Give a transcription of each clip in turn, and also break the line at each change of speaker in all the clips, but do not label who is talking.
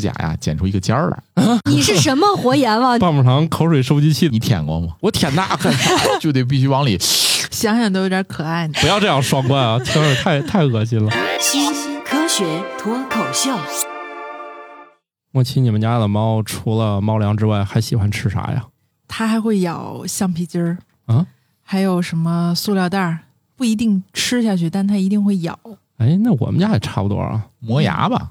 甲呀剪出一个尖儿来。
你是什么活啊阎王？
棒棒糖口水收集器你舔 过吗？我舔那干啥就得必须往里，
想想都有点可爱呢。
不要这样双关啊，听着太太恶心了。
新科学脱口秀，
莫奇，你们家的猫除了猫粮之外，还喜欢吃啥呀？
它还会咬橡皮筋儿
啊，
还有什么塑料袋儿，不一定吃下去，但它一定会咬。
哎，那我们家也差不多啊，
磨牙吧，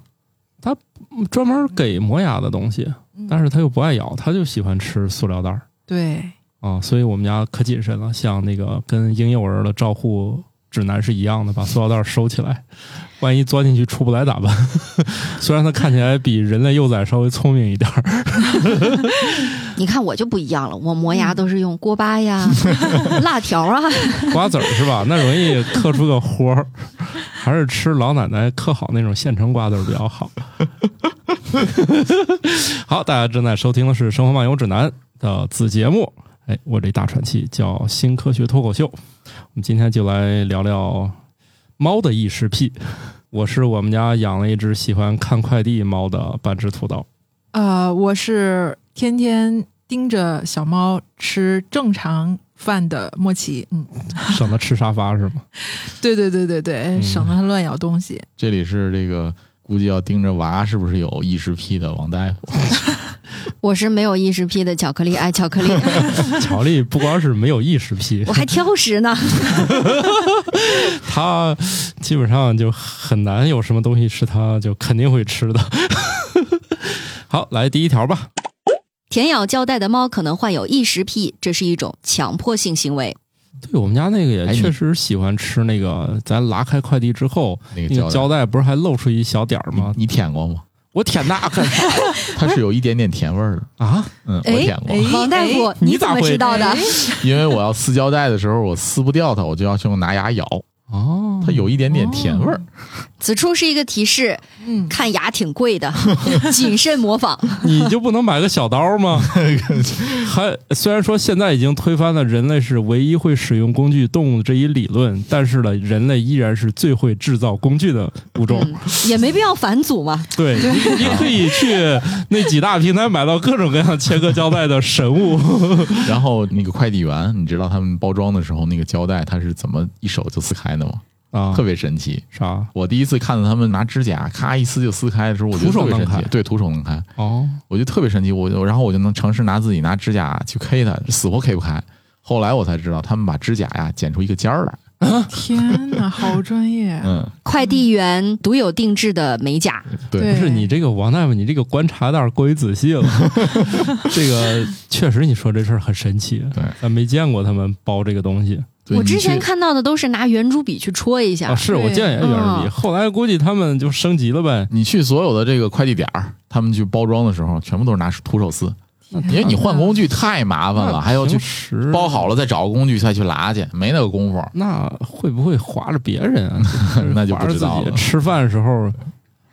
专门给磨牙的东西，
嗯
但是它又不爱咬，它就喜欢吃塑料袋儿
对，
啊，所以我们家可谨慎了，像那个跟婴幼儿的照护指南是一样的，把塑料袋儿收起来，万一钻进去出不来咋办？ 虽然它看起来比人类幼崽稍微聪明一点儿，
你看我就不一样了，我磨牙都是用锅巴呀、 辣条啊。
瓜子儿是吧？那容易嗑出个豁儿，还是吃老奶奶嗑好那种现成瓜子儿比较好。 好，大家正在收听的是《生活漫游指南》的子节目。哎，我这大喘气叫《新科学脱口秀》。我们今天就来聊聊猫的异食癖。我是我们家养了一只喜欢看快递猫的半只土豆。
呃，我是天天盯着小猫吃正常饭的莫奇。嗯，
省得吃沙发是吗？
对对对对对，
嗯
省得它乱咬东西。
这里是这个估计要盯着娃是不是有异食癖的王大夫。
我是没有异食癖的巧克力爱巧 克力，
乔丽不光是没有异食癖
我，还挑食呢。
他基本上就很难有什么东西是他就肯定会吃的。 好，来第一条吧。
舔咬胶带的猫可能患有异食癖，这是一种强迫性行为。
对我们家那个也
哎你
确实喜欢吃那个，咱拉开快递之后，
那个
那个
胶
胶带不是还露出一小点儿吗？
你舔过吗？
我舔那 干啥
它是有一点点甜味儿的。
啊？
嗯，我
哎
舔过，
哎
王大夫，
你
你哎怎
咋
么
会
知道的？
因为我要撕胶带的时候，我撕不掉它，我就要用拿牙咬，
哦，
它有一点点甜味儿。
此处是一个提示，
嗯，
看牙挺贵 的，谨慎模仿。
你就不能买个小 刀吗？还虽然说现在已经推翻了人类是唯一会使用工具动物这一理论，但是呢，人类依然是最会制造工具的物种。
嗯，也没必要反祖嘛。
对， 你你可以去那几大平台买到各种各样切割胶带的神物。
然后那个快递员，你知道他们包装的时候，那个胶带它是怎么一手就撕开的吗？
啊
特别神奇。
啥？
我第一次看到他们拿指甲咔一撕就撕开的时候，我觉得
徒手
特别神
能开
奇。对，徒手能开，
哦，
我就特别神奇。我就然后我就能尝试拿自己拿指甲去 K 它，死活 K 不开。后来我才知道，他们把指甲呀剪出一个尖儿来。
啊
天哪，好专业。
哎
啊
嗯，
快递员独有定制的美甲，
对
不是你这个王大夫，你这个观察有点过于仔细 了。这个确实，你说这事儿很神奇，
对
咱没见过他们包这个东西
对
我
你
之
去哦
前看到的都是拿圆珠笔去戳一
啊。
下。
是我
对
见也有人比，
嗯
后来估计他们就升级了呗。
你去所有的这个快递点儿，他们去包装的时候，全部都是拿徒手撕，
啊
哎
因为你换工具太麻烦了，还要去
平时
包好了再找个工具再去拉去，没那个功夫。
那会不会划着别人 啊？
那就
划
不
着
知
自
道
己
了
吃饭时候，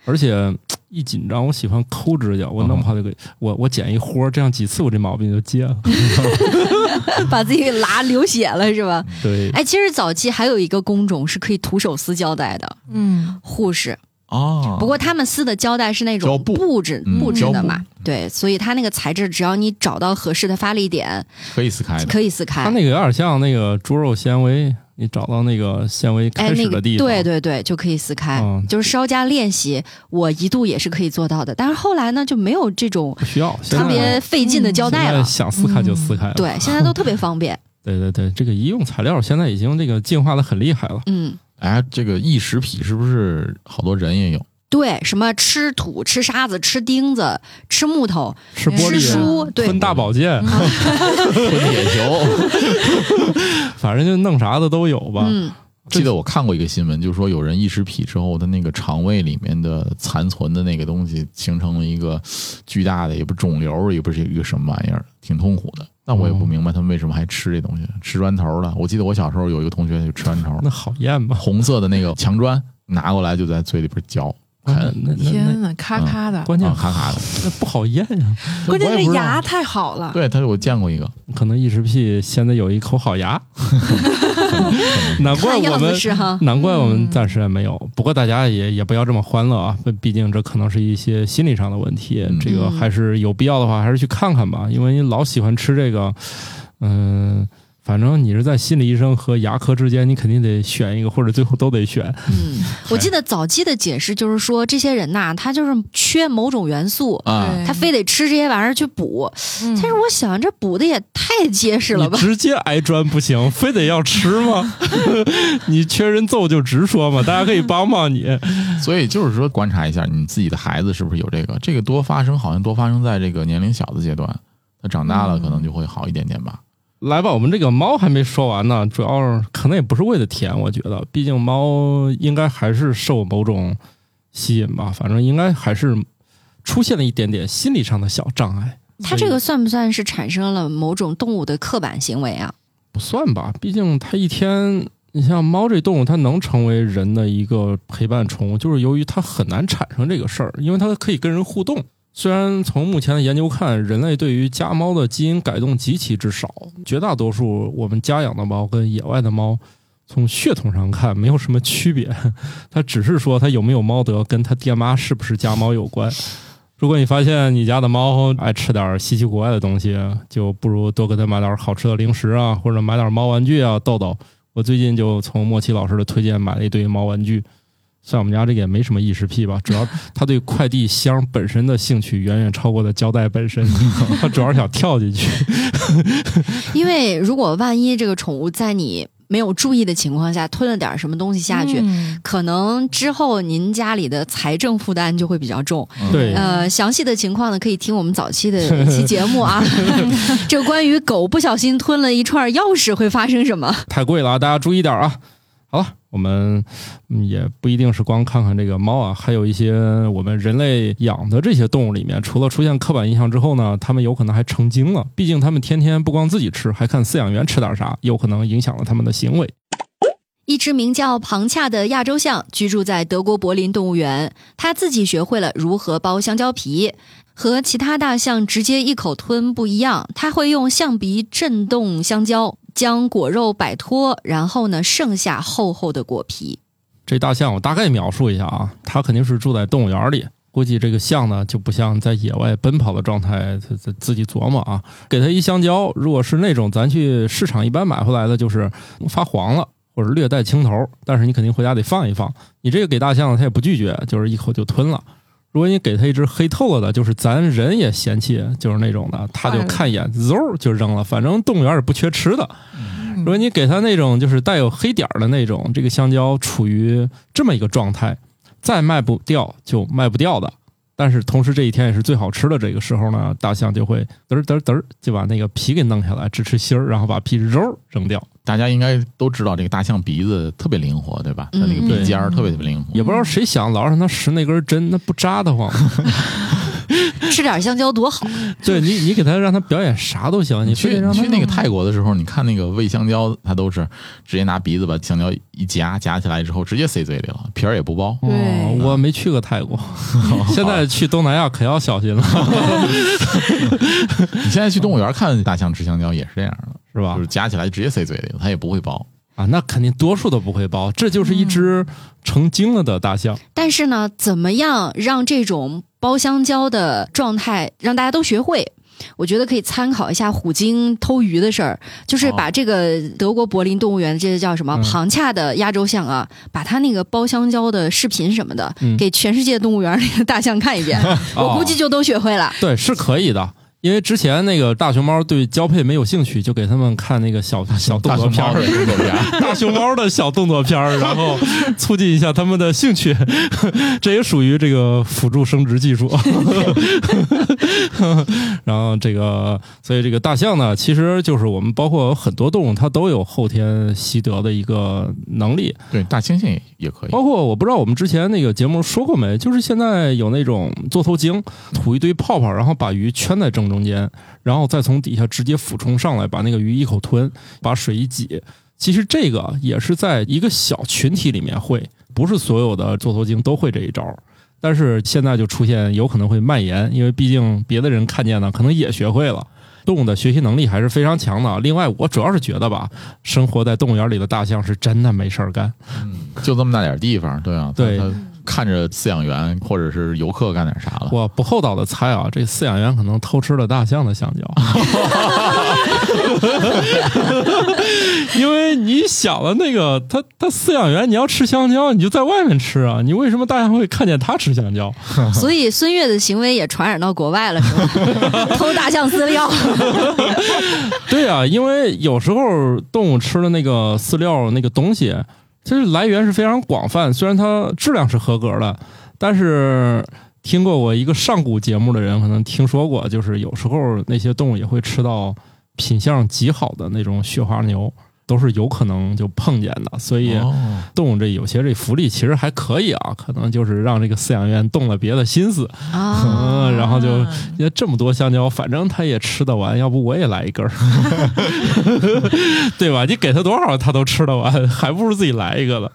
而且一紧张，我喜欢抠指甲，我
嗯
弄不好就给、我我剪一豁，这样几次我这毛病就 戒了。
把自己给拉流血了是吧？
对，
哎，其实早期还有一个工种是可以徒手撕胶带的，
嗯，
护士。
哦
啊
哦不过他们撕的胶带是那
胶
种
布
布制
嗯
布制
胶
的
布
嘛，对，所以它那个材质，只要你找到合适的发力点，
可以撕
哎
开的，
可以撕开。
它那个有点像那个猪肉纤维，你找到那个纤维
哎，
开始
那个
的地方，
对对对，就可以撕开，
嗯
就是稍加练习，我一度也是可以做到的，但是后来呢，就没有这种
不需要现
特
在嗯
别费劲的胶
现
带
在
了。嗯
想撕开就撕开了。
对，现在都特别方便。
对对对，这个医用材料现在已经这个进化的很厉害了。
嗯，
哎，这个异食癖是不是好多人也有？
对，什么吃土、吃沙子、吃钉子、吃木头、
吃玻
嗯吃
是
璃、
书，对嗯
吞，大宝剑，
吞铁球。
反正就弄啥的都有吧。
嗯，
记得我看过一个新闻，就是说有人异食癖之后，他那个肠胃里面的残存的那个东西形成了一个巨大的，也不是肿瘤，也不是一个什么玩意儿，挺痛苦的。但我也不明白他们为什么还吃这东西，吃砖头了。我记得我小时候有一个同学就吃砖头，
那好咽吧，
红色的那个墙砖拿过来就在嘴里边嚼，
那
啃，
那那
天哪，咔咔的
那，关键
啊咔咔的。
那不好咽呀、
关键
啊我也
是
不知道
牙太好了。
对，他我见过一个，
可能异食癖现在有一口好牙，难怪
看
我
样
们
子是 哈，
难怪我们暂时还没有。不过大家也也不要这么欢乐啊，毕竟这可能是一些心理上的问题。
嗯
这个还是有必要的话，还是去看看吧，因为你老喜欢吃这个，嗯、反正你是在心理医生和牙科之间，你肯定得选一个，或者最后都得选。
嗯，我记得早期的解释就是说，这些人呐，他就是缺某种元素，
啊，
他非得吃这些玩意儿去补。
嗯
但是我想，这补的也太结实了
你
吧？
直接挨砖不行，非得要吃吗？ 你缺人揍就直说嘛，大家可以帮帮你。
所以就是说观察一下你自己的孩子是不是有这个，这个多发生好像多发生在这个年龄小的阶段，他长大了可能就会好一点点吧。
来吧，我们这个猫还没说完呢，主要是可能也不是为了甜，我觉得，毕竟猫应该还是受某种吸引吧，反正应该还是出现了一点点心理上的小障碍。
他这个算不算是产生了某种动物的刻板行为啊？
不算吧，毕竟它一天，你像猫这动物，它能成为人的一个陪伴宠物，就是由于它很难产生这个事儿，因为它可以跟人互动。虽然从目前的研究看，人类对于家猫的基因改动极其之少，绝大多数我们家养的猫跟野外的猫，从血统上看没有什么区别， 它只是说它有没有猫德跟它爹妈是不是家猫有关。如果你发现你家的猫爱吃点稀奇古怪的东西，就不如多给它买点好吃的零食啊，或者买点猫玩具啊，逗逗。我最近就从莫奇老师的推荐买了一堆猫玩具，算我们家这个也没什么异食癖吧，主要他对快递箱本身的兴趣远远超过了胶带本身， 他主要是想跳进去。
因为如果万一这个宠物在你没有注意的情况下吞了点什么东西下去，
嗯
可能之后您家里的财政负担就会比较重。
嗯
对
呃，详细的情况呢，可以听我们早期的一期节目啊。 这关于狗不小心吞了一串钥匙会发生什么？
太贵了啊，大家注意点啊。好了，我们嗯也不一定是光看看这个猫啊，还有一些我们人类养的这些动物里面，除了出现刻板印象之后呢，它们有可能还成精了。毕竟它们天天不光自己吃，还看饲养员吃点啥，有可能影响了它们的行为。
一只名叫庞恰的亚洲象居住在德国柏林动物园，它自己学会了如何剥香蕉皮。和其他大象直接一口吞不一样，它会用象鼻震动香蕉，将果肉摆脱，然后呢，剩下厚厚的果皮。
这大象我大概描述一下啊，它肯定是住在动物园里。估计这个象呢，就不像在野外奔跑的状态，自自自己琢磨啊。给它一香蕉，如果是那种咱去市场一般买回来的，就是发黄了或者略带青头，但是你肯定回家得放一放。你这个给大象呢，它也不拒绝，就是一口就吞了。如果你给它一只黑透了的，就是咱人也嫌弃，就是那种的，它就看一眼，嗖就扔了。反正动物园也不缺吃的，
嗯
如果你给它那种就是带有黑点儿的那种，这个香蕉处于这么一个状态，再卖不掉就卖不掉的。但是同时这一天也是最好吃的这个时候呢，大象就会嘚儿嘚儿嘚儿就把那个皮给弄下来，只吃芯儿，然后把皮肉儿扔掉。
大家应该都知道这个大象鼻子特别灵活，对吧？它
嗯
那个鼻尖儿
对
特别特别灵活。
也不知道谁想老让它拾那根针，那不扎得慌吗？
吃点香蕉多好！啊
对你，你给它让它表演啥都行，你非
去
得让它
去那个泰国的时候，你看那个喂香蕉，它都是直接拿鼻子把香蕉一夹，夹起来之后直接塞嘴里了，皮儿也不哦剥。
对
哦，我没去过泰 国， 现在去东南亚可要小心了，
你现在去动物园看大象吃香蕉也是这样 的，
是吧？
就是夹起来直接塞嘴里了，它也不会剥。
啊，那肯定多数都不会包，这就是一
嗯
只成精了的大象。
但是呢，怎么样让这种剥香蕉的状态让大家都学会？我觉得可以参考一下虎鲸偷鱼的事儿，就是把这个德国柏林动物园这个叫什么
哦嗯
庞恰的亚洲象啊，把它那个剥香蕉的视频什么的，
嗯
给全世界动物园里的大象看一 遍，我估计就都学会了。
哦对，是可以的。因为之前那个大熊猫对交配没有兴趣，就给他们看那个小小动
大
作
熊
片
猫
儿
的，动作片儿，
大熊猫的小动作片儿，然后促进一下他们的兴趣， 这也属于这个辅助生殖技术。 然后这个，所以这个大象呢，其实就是我们包括很多动物，它都有后天习得的一个能力。
对，大猩猩也也可以。
包括我不知道我们之前那个节目说过没，就是现在有那种座头鲸吐一堆泡泡，然后把鱼圈在正中间，然后再从底下直接俯冲上来，把那个鱼一口吞，把水一挤。其实这个也是在一个小群体里面会，不是所有的座头鲸都会这一招。但是现在就出现有可能会蔓延，因为毕竟别的人看见了，可能也学会了。动物的学习能力还是非常强的。另外，我主要是觉得吧，生活在动物园里的大象是真的没事儿干。
就这么大点儿地方，对啊，它
对
它看着饲养员或者是游客干点啥了，
我不厚道的猜啊，这饲养员可能偷吃了大象的香蕉， 因为你想了那个他他饲养员，你要吃香蕉，你就在外面吃啊，你为什么大象会看见他吃香蕉？
所以孙悦的行为也传染到国外了，是 吧？偷大象饲料，
对啊，因为有时候动物吃的那个饲料那个东西，其实来源是非常广泛，虽然它质量是合格的，但是听过我一个上古节目的人可能听说过，就是有时候那些动物也会吃到品相极好的那种雪花牛，都是有可能就碰见的，所以。
哦，
动物这有些这福利其实还可以啊，可能就是让这个饲养员动了别的心思，
啊
嗯，然后就那这么多香蕉，反正他也吃得完，要不我也来一根儿， 对吧？你给他多少他都吃得完，还不如自己来一个呢。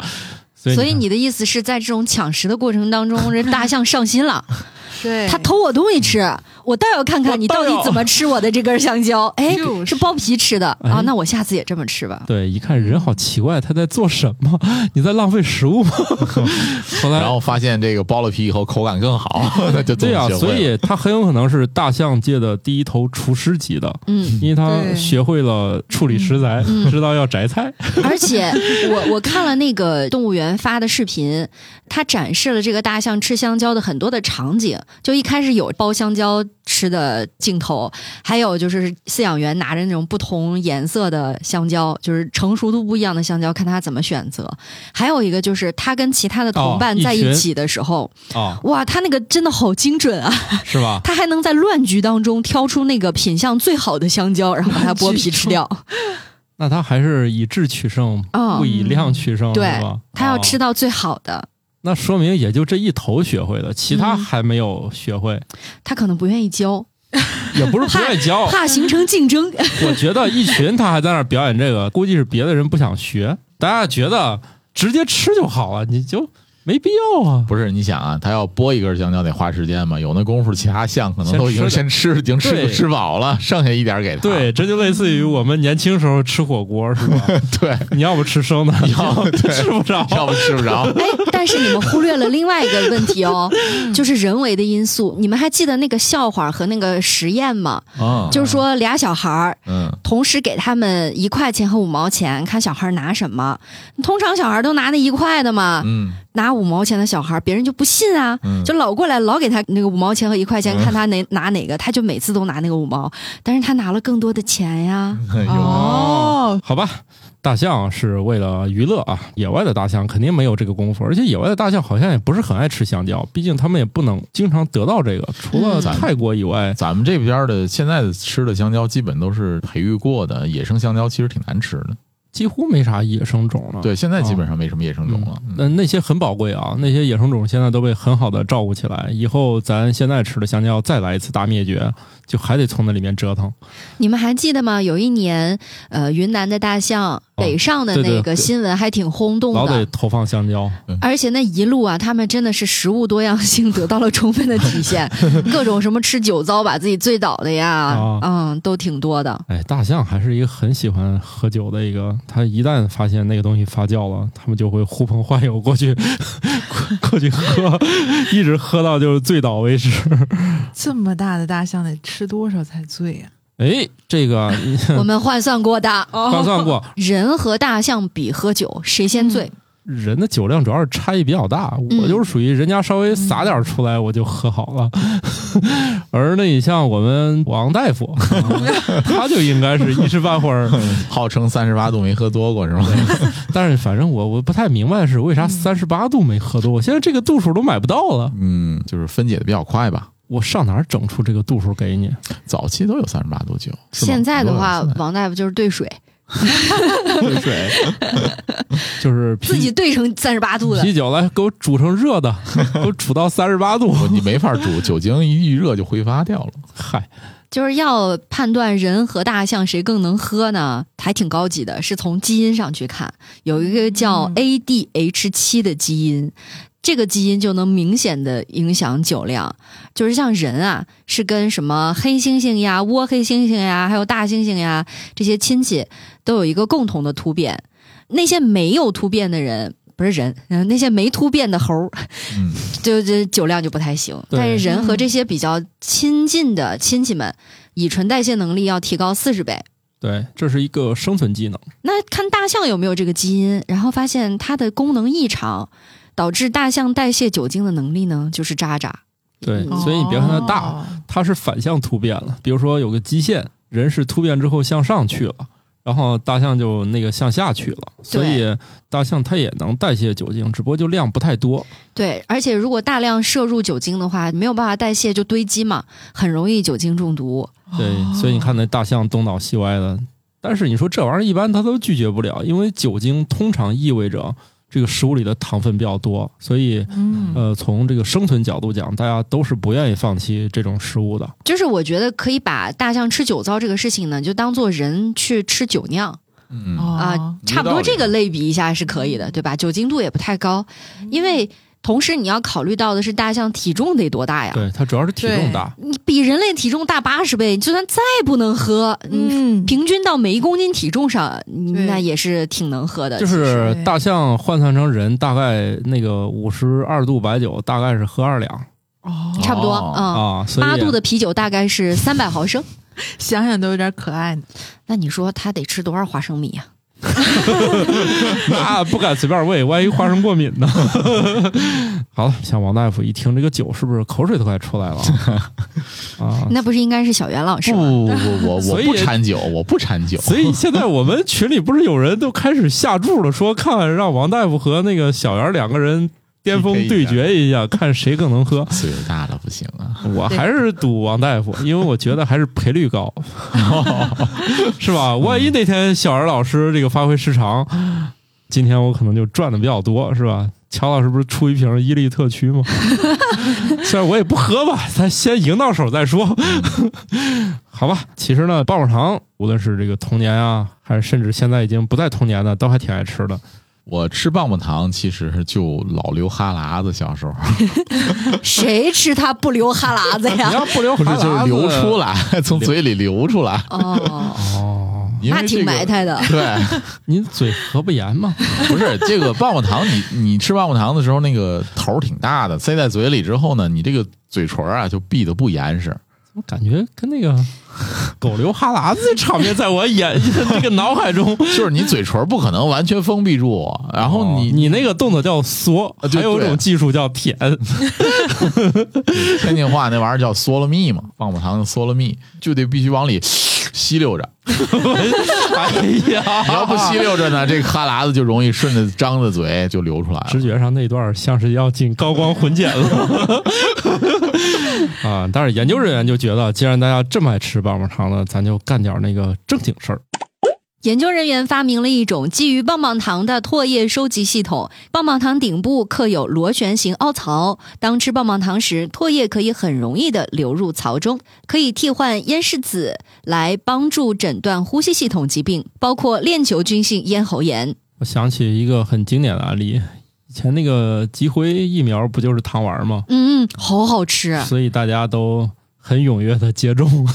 所以
所以
看
你的意思是在这种抢食的过程当中，这大象上心了，
对
它偷我东西吃，我倒要看看你到底怎么吃我的这根香蕉。哎，
就是
剥皮吃的
哎
啊，那我下次也这么吃吧。
对，一看人好奇怪，他在做什么？你在浪费食物吗？ 后来
然后发现这个剥了皮以后口感更好， 那就这
对
么
啊，
学会
所
了
以他很有可能是大象界的第一头厨师级的，
嗯，
因为他
对
学会了处理食材，
嗯
知道要摘菜。
而且我我看了那个动物园发的视频，它展示了这个大象吃香蕉的很多的场景。就一开始有剥香蕉吃的镜头，还有就是饲养员拿着那种不同颜色的香蕉，就是成熟度不一样的香蕉，看它怎么选择。还有一个就是它跟其他的同
哦
伴
一
在一
群
起的时候，
啊
哦，
哇，它那个真的好精准啊！
是吧？
它还能在乱局当中挑出那个品相最好的香蕉，然后把它剥皮吃掉。
那他还是以质取胜，
嗯
不以量取胜，
对
是吧？
它要
哦
吃到最好的。
那说明也就这一头学会了，其他
嗯
还没有学会，
它可能不愿意教，
也不是不愿意教。
怕形成竞争。
我觉得一群他还在那儿表演这个，估计是别的人不想学，大家觉得直接吃就好了，你就没必要啊。
不是你想啊，他要剥一根香蕉得花时间嘛，有那功夫，其他象可能都已经先
先
吃，已经吃
对
吃饱了，剩下一点儿给他。
对，这就类似于我们年轻时候吃火锅是吧？
对，
你要不吃生的，你 要吃不着。
要不吃不着。
哎，但是你们忽略了另外一个问题哦，就是人为的因素。你们还记得那个笑话和那个实验吗？
嗯，
就是说俩小孩儿
嗯，
同时给他们一块钱和五毛钱，看小孩儿拿什么。通常小孩儿都拿那一块的嘛，
嗯
拿五毛钱的小孩儿，别人就不信啊。
嗯，
就老过来，老给他那个五毛钱和一块钱，
嗯
看他哪拿哪个，他就每次都拿那个五毛，但是他拿了更多的钱呀。
哎呦
哦，
好吧，大象是为了娱乐啊，野外的大象肯定没有这个功夫，而且野外的大象好像也不是很爱吃香蕉，毕竟他们也不能经常得到这个，除了
嗯
泰国以外，
咱们这边儿的现在吃的香蕉基本都是培育过的，野生香蕉其实挺难吃的。
几乎没啥野生种了。
对，现在基本上没什么野生种了。嗯
那那些很宝贵啊，那些野生种现在都被很好的照顾起来。以后咱现在吃的香蕉再来一次大灭绝，就还得从那里面折腾。
你们还记得吗？有一年，呃，云南的大象北上的
对对
那个
对
新闻还挺轰动
老得
的，
投放香蕉，
而且那一路啊，他们真的是食物多样性得到了充分的体现， 各种什么吃酒糟把自己醉倒的呀，
哦
啊
嗯，都挺 多的。
哎，大象还是一个很喜欢喝酒的一个，它一旦发现那个东西发酵了，它们就会呼朋唤友过去， 过过去喝，一直喝到就是醉倒为止。
这么大的大象得吃多少才醉啊呀、
哎，这个
我们换算过的，
换算过，
人和大象比喝酒谁先
嗯
醉？
人的酒量主要是差异比较大，
嗯
我就是属于人家稍微撒点儿出来我就喝好了， 而那你像我们王大夫， 他就应该是一时半会儿，
号称三十八度没喝多过是吗？
但是反正我我不太明白是
嗯
为啥三十八度没喝多，我现在这个度数都买不到了，
嗯，就是分解的比较快吧。
我上哪儿整出这个度数给 你？
早期都有三十八度酒，是嗯吗
现在的话
不是，
王大夫就是兑水，
现在对
就是
自己
啤
兑成三十八度的
啤。酒来给我煮成热的，给我煮到三十八度，
不你没法煮，酒精一遇热就挥发掉了。
嗨，
就是要判断人和大象谁更能喝呢，还挺高级的，是从基因上去看，有一个叫
嗯
ADH 七的基因。这个基因就能明显的影响酒量。就是像人啊，是跟什么黑猩猩呀、倭黑猩猩呀，还有大猩猩呀这些亲戚都有一个共同的突变。那些没有突变的人，不是人，呃那些没突变的猴儿，
嗯，
就这酒量就不太行。
对
但是人和这些比较亲近的亲戚们，乙醇代谢能力要提高四十倍。
对，这是一个生存技能。
那看大象有没有这个基因，然后发现它的功能异常，导致大象代谢酒精的能力呢，就是渣渣。
对
嗯
所以你别看它大
哦
它是反向突变了。比如说有个基线，人是突变之后向上去了，然后大象就那个向下去了，所以大象它也能代谢酒精，只不过就量不太多。
对，而且如果大量摄入酒精的话，没有办法代谢，就堆积嘛，很容易酒精中毒。
哦
对，所以你看那大象东倒西歪的，但是你说这玩意儿一般它都拒绝不了，因为酒精通常意味着这个食物里的糖分比较多，所以
嗯，
呃，从这个生存角度讲，大家都是不愿意放弃这种食物的。
就是我觉得可以把大象吃酒糟这个事情呢，就当做人去吃酒酿，
嗯
哦
啊，
有
差不
道
多
理
这个类比一下是可以的，对吧？酒精度也不太高，因为同时你要考虑到的是大象体重得多大呀，
对，它主要是体重大。
你比人类体重大八十倍，你就算再不能喝，嗯，
嗯，
平均到每一公斤体重上，你
对
那也是挺能喝的。
就
其实
是
对
大象换算成人，大概那个五十二度白酒大概是喝二两
哦，
差不多，嗯，
啊，所以
八度的啤酒大概是三百毫升。
想想都有点可爱呢。
那你说他得吃多少花生米啊呀、
那不敢随便喂，万一花生过敏 呢？好了，像王大夫一听这个酒，是不是口水都快出来了啊 啊？
那不是应该是小袁老师
不
吗？
不不，我
所
我
以
不掺酒，我不掺酒。
所以现在我们群里不是有人都开始下注了，说看让王大夫和那个小袁两个人巅峰
PK 一下啊
对决一下，看谁更能喝。
岁数大了不行啊，
我还是赌王大夫，因为我觉得还是赔率高， 是吧？万一那天小袁老师这个发挥失常，今天我可能就赚的比较多，是吧？乔老师不是出一瓶伊利特区吗？ 虽然我也不喝吧，咱先赢到手再说， 好吧？其实呢，棒棒糖无论是这个童年啊，还是甚至现在已经不在童年的，都还挺爱吃的。
我吃棒棒糖其实就老流哈喇子，小时候
谁吃他不流哈喇子
你
呀？
要不流
不
哈
是
喇子，
就是流出来， 从嘴里流出来，
哦，
哦，
因为
那挺
这个
埋汰的。
对，
您嘴合不严吗？
不是这个棒棒糖，你你吃棒棒糖的时候，那个头儿挺大的，塞在嘴里之后呢，你这个嘴唇儿啊就闭得不严实。
我感觉跟那 个狗流哈喇子这场面在我眼这个脑海 中。
就是你嘴唇不可能完全封闭住，然后你、
哦你那个动作叫缩，
啊对
还有一
对
种技术叫 舔，哎
天津话那玩意儿叫嗦了蜜嘛， 棒棒糖就嗦了蜜，就得必须往里 吸溜着，
哎呀，
你要不吸溜着 呢，这个哈喇子就容易顺着张着嘴就流出来了
直。觉上那段像是要进高光混剪了 啊！但是研究人员就觉得，既然大家这么爱吃棒棒糖了，咱就干点那个正经事儿。
研究人员发明了一种基于棒棒糖的唾液收集系统，棒棒糖顶部刻有螺旋形凹槽，当吃棒棒糖时，唾液可以很容易的流入槽中，可以替换咽拭子来帮助诊断呼吸系统疾病，包括链球菌性咽喉炎。
我想起一个很经典的案例，以前那个集辉疫苗不就是糖丸吗？
嗯嗯，好好吃，
所以大家都很踊跃的接种。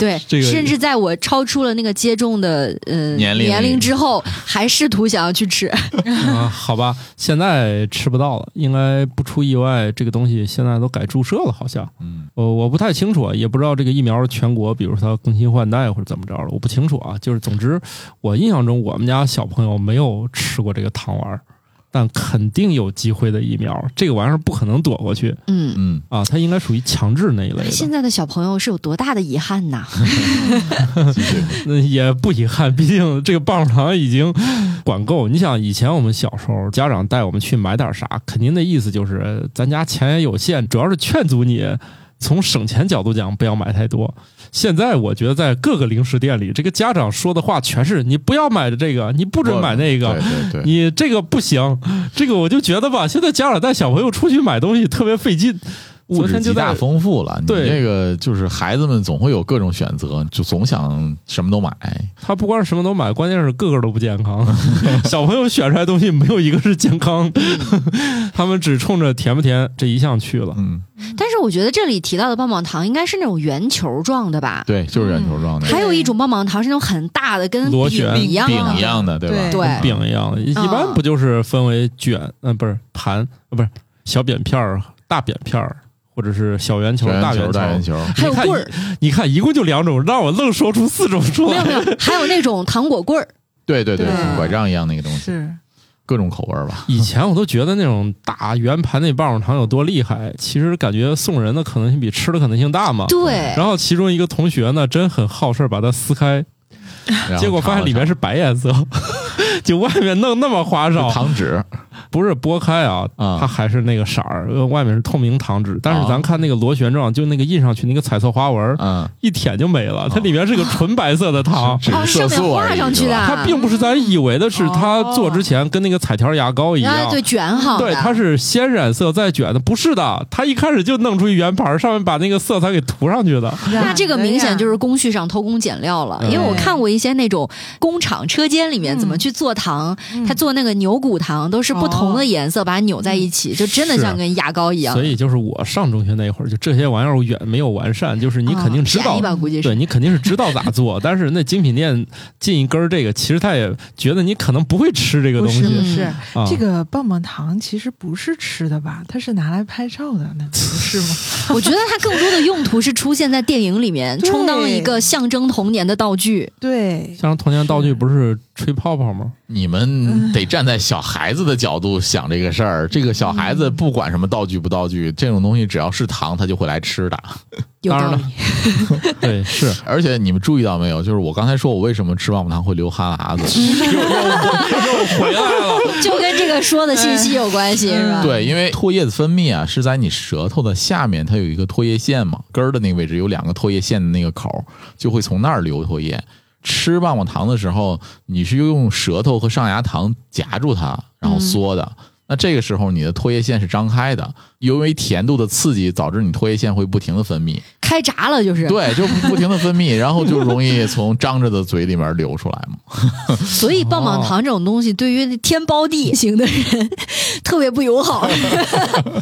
对，
这个
甚至在我超出了那个接种的呃
年龄
年龄之后，还试图想要去吃。
啊，好吧，现在吃不到了，应该不出意外，这个东西现在都改注射了，好像。
嗯，
呃，我不太清楚啊，也不知道这个疫苗全国，比如说它更新换代或者怎么着了，我不清楚啊。就是总之，我印象中我们家小朋友没有吃过这个糖丸儿，但肯定有机会的疫苗，这个玩意儿不可能躲过去
嗯，
嗯，
啊，它应该属于强制那一类
现
的，
在的小朋友是有多大的遗憾呐？
那也不遗憾，毕竟这个棒棒糖已经管够。你想，以前我们小时候，家长带我们去买点啥，肯定的意思就是咱家钱也有限，主要是劝阻你从省钱角度讲不要买太多。现在我觉得在各个零食店里，这个家长说的话全是你不要买的这个，你不
不
准买那个。
对对对，
你这个不行，这个我就觉得吧，现在家长带小朋友出去买东西特别费劲。
物
昨
质
天
极
就
大
在
丰富了。你
对
这个就是孩子们总会有各种选择，就总想什么都买。
他不光是什么都买，关键是个个都不健康。小朋友选出来的东西没有一个是健康， 他们只冲着甜不甜这一项去了。
嗯，
但是我觉得这里提到的棒棒糖应该是那种圆球状的吧？
对，就是圆球状的
还有一种棒棒糖是那种很大的，跟
嗯螺
饼
旋
一样啊
饼
的
一样的，对吧？
对
对
饼一样，一般不就是分为卷，嗯、不是盘，呃不是小扁片儿、大扁片儿，或者是小圆球、
小
大
圆球、大圆
圆球。
球，
还有
你看
棍儿，
你看，一共就两种，让我愣说出四种出
没有
来。
没有， 还有那种糖果棍
哦
儿，
对对对，
对
像拐杖一样那个东西，
是
各种口味儿 吧。
以前我都觉得那种大圆盘那棒棒糖有多厉害，其实感觉送人的可能性比吃的可能性大嘛。
对，
然后其中一个同学呢，真很好事儿，把它撕开，
然后
结果发现里面是白颜色，就外面弄那么花
尝了
哨
尝是，糖 纸，
不是剥开啊，
啊
它还是那个色儿，呃外面是透明糖纸，但是
啊
咱看那个螺旋状，就那个印上去那个彩色花纹儿，
嗯，
一舔就没了，它里面是个纯白色的糖。
只
哦，
啊是
上
色
面
素而
画
已
上去
是
的，
吧
它并不是咱以为的是
哦
它做之前跟那个彩条牙膏一
啊
样，
对卷好的，
对，它是先染色再卷的，不是的，它一开始就弄出一圆盘儿，上面把那个色彩给涂上去的。
那这个明显就是工序上偷工减料了，因为我
嗯
看过一些那种工厂车间里面怎么去做糖，
嗯
他做那个牛骨糖都是不同的颜色把它扭在一起，就真的像跟牙膏一样。
所以就是我上中学那会儿，就这些玩意儿远没有完善，就是你肯定知
啊便
道
宜，吧，估计
对
是。
你肯定是知道咋 做，但是那精品店进一根儿这个，其实他也觉得你可能不会吃这个
不
东
是
西
不是
嗯，
啊。
这个棒棒糖其实不是吃的吧？它是拿来拍照的，那不是吗？
我觉得它更多的用途是出现在电影里面，
对
充当了一个象征童年的道具。
对，
像童年道具不是吹泡泡吗？
你
嗯
们得站在小孩子的角度想这个事儿。这个小孩子
嗯
不管什么道具不道具，这种东西只要是糖，他就会来吃的。
有
当然
道
了
理，
对，是
而且你们注意到没有？就是我刚才说我为什么吃棒棒糖会流哈喇子，
回来了。
就跟这个说的信息有关 系，是吧？
对，因为唾液的分泌啊是在你舌头的下面，它有一个唾液腺嘛，根儿的那个位置有两个唾液腺的那个口儿，就会从那儿流唾液。吃棒棒糖的时候，你是用舌头和上牙膛夹住它，然后缩的。那这个时候，你的唾液腺是张开的，由于甜度的刺激，导致你唾液腺会不停的分泌，
开闸了就是。
对，就不停的分泌，然后就容易从张着的嘴里面流出来嘛。
所以棒棒糖这种东西，对于那天包地型的人特别不友好。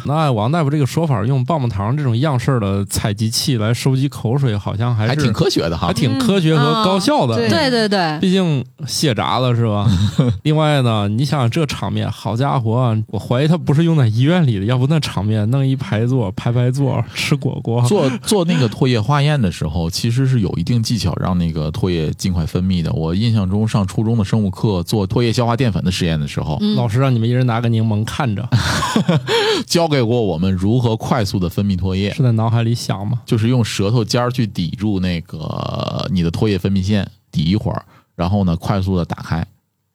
那按王大夫这个说法，用棒棒糖这种样式的采集器来收集口水，好像还是
还挺嗯科学的哈
还。挺科学和高效的。
嗯 啊
对对对，
毕竟卸闸了是吧？ 另外呢，你想想这场面，好家伙啊，我怀疑他不是用在医院里的，要不那场面弄一排座排排座吃果
哦
果，
做做那个唾液化验的时候，其实是有一定技巧让那个唾液尽快分泌的。我印象中上初中的生物课做唾液消化淀粉的实验的时候，
嗯
老师让你们一人拿个柠檬看 着，
教给过我们如何快速的分泌唾液，
是在脑海里想吗？
就是用舌头尖儿去抵住那个你的唾液分泌腺，抵一会儿，然后呢快速的打开，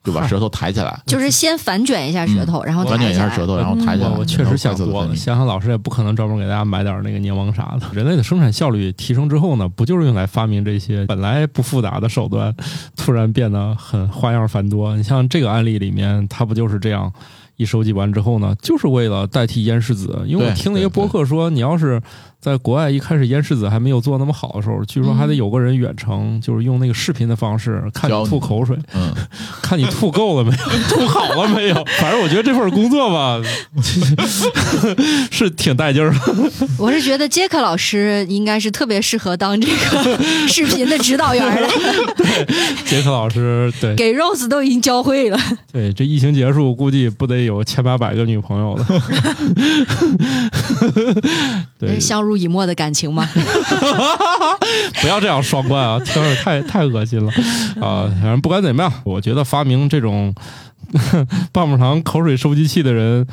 就把
嗨
舌头抬起来，
就是先反卷一下舌头，然后
转
抬
卷一
起来
下舌头，然后抬起来。
嗯我我确实想
然后快速地
多了，
分泌
想想老师也不可能专门给大家买点那个柠檬啥的。人类的生产效率提升之后呢，不就是用来发明这些本来不复杂的手段，突然变得很花样繁多？你像这个案例里面，它不就是这样？一收集完之后呢，就是为了代替烟柿子，因为我
对
听了一个
对对
播客说，你要是在国外一开始烟柿子还没有做那么好的时候，据说还得有个人远程，就是用那个视频的方式看
教
你
你
吐口水，
嗯，
看你吐够了没有， 吐好了没有。反正我觉得这份工作吧， 是挺带劲儿的。
我是觉得杰克老师应该是特别适合当这个视频的指导员儿 的，
杰克老师，对
给 Rose 都已经教会了。
对，这疫情结束，估计不得有千八百个女朋友了。对，
相濡以沫的感情嘛，
不要这样双关啊，听着太太恶心了啊！反正不管怎么样，我觉得发明这种 棒棒糖口水收集器的人，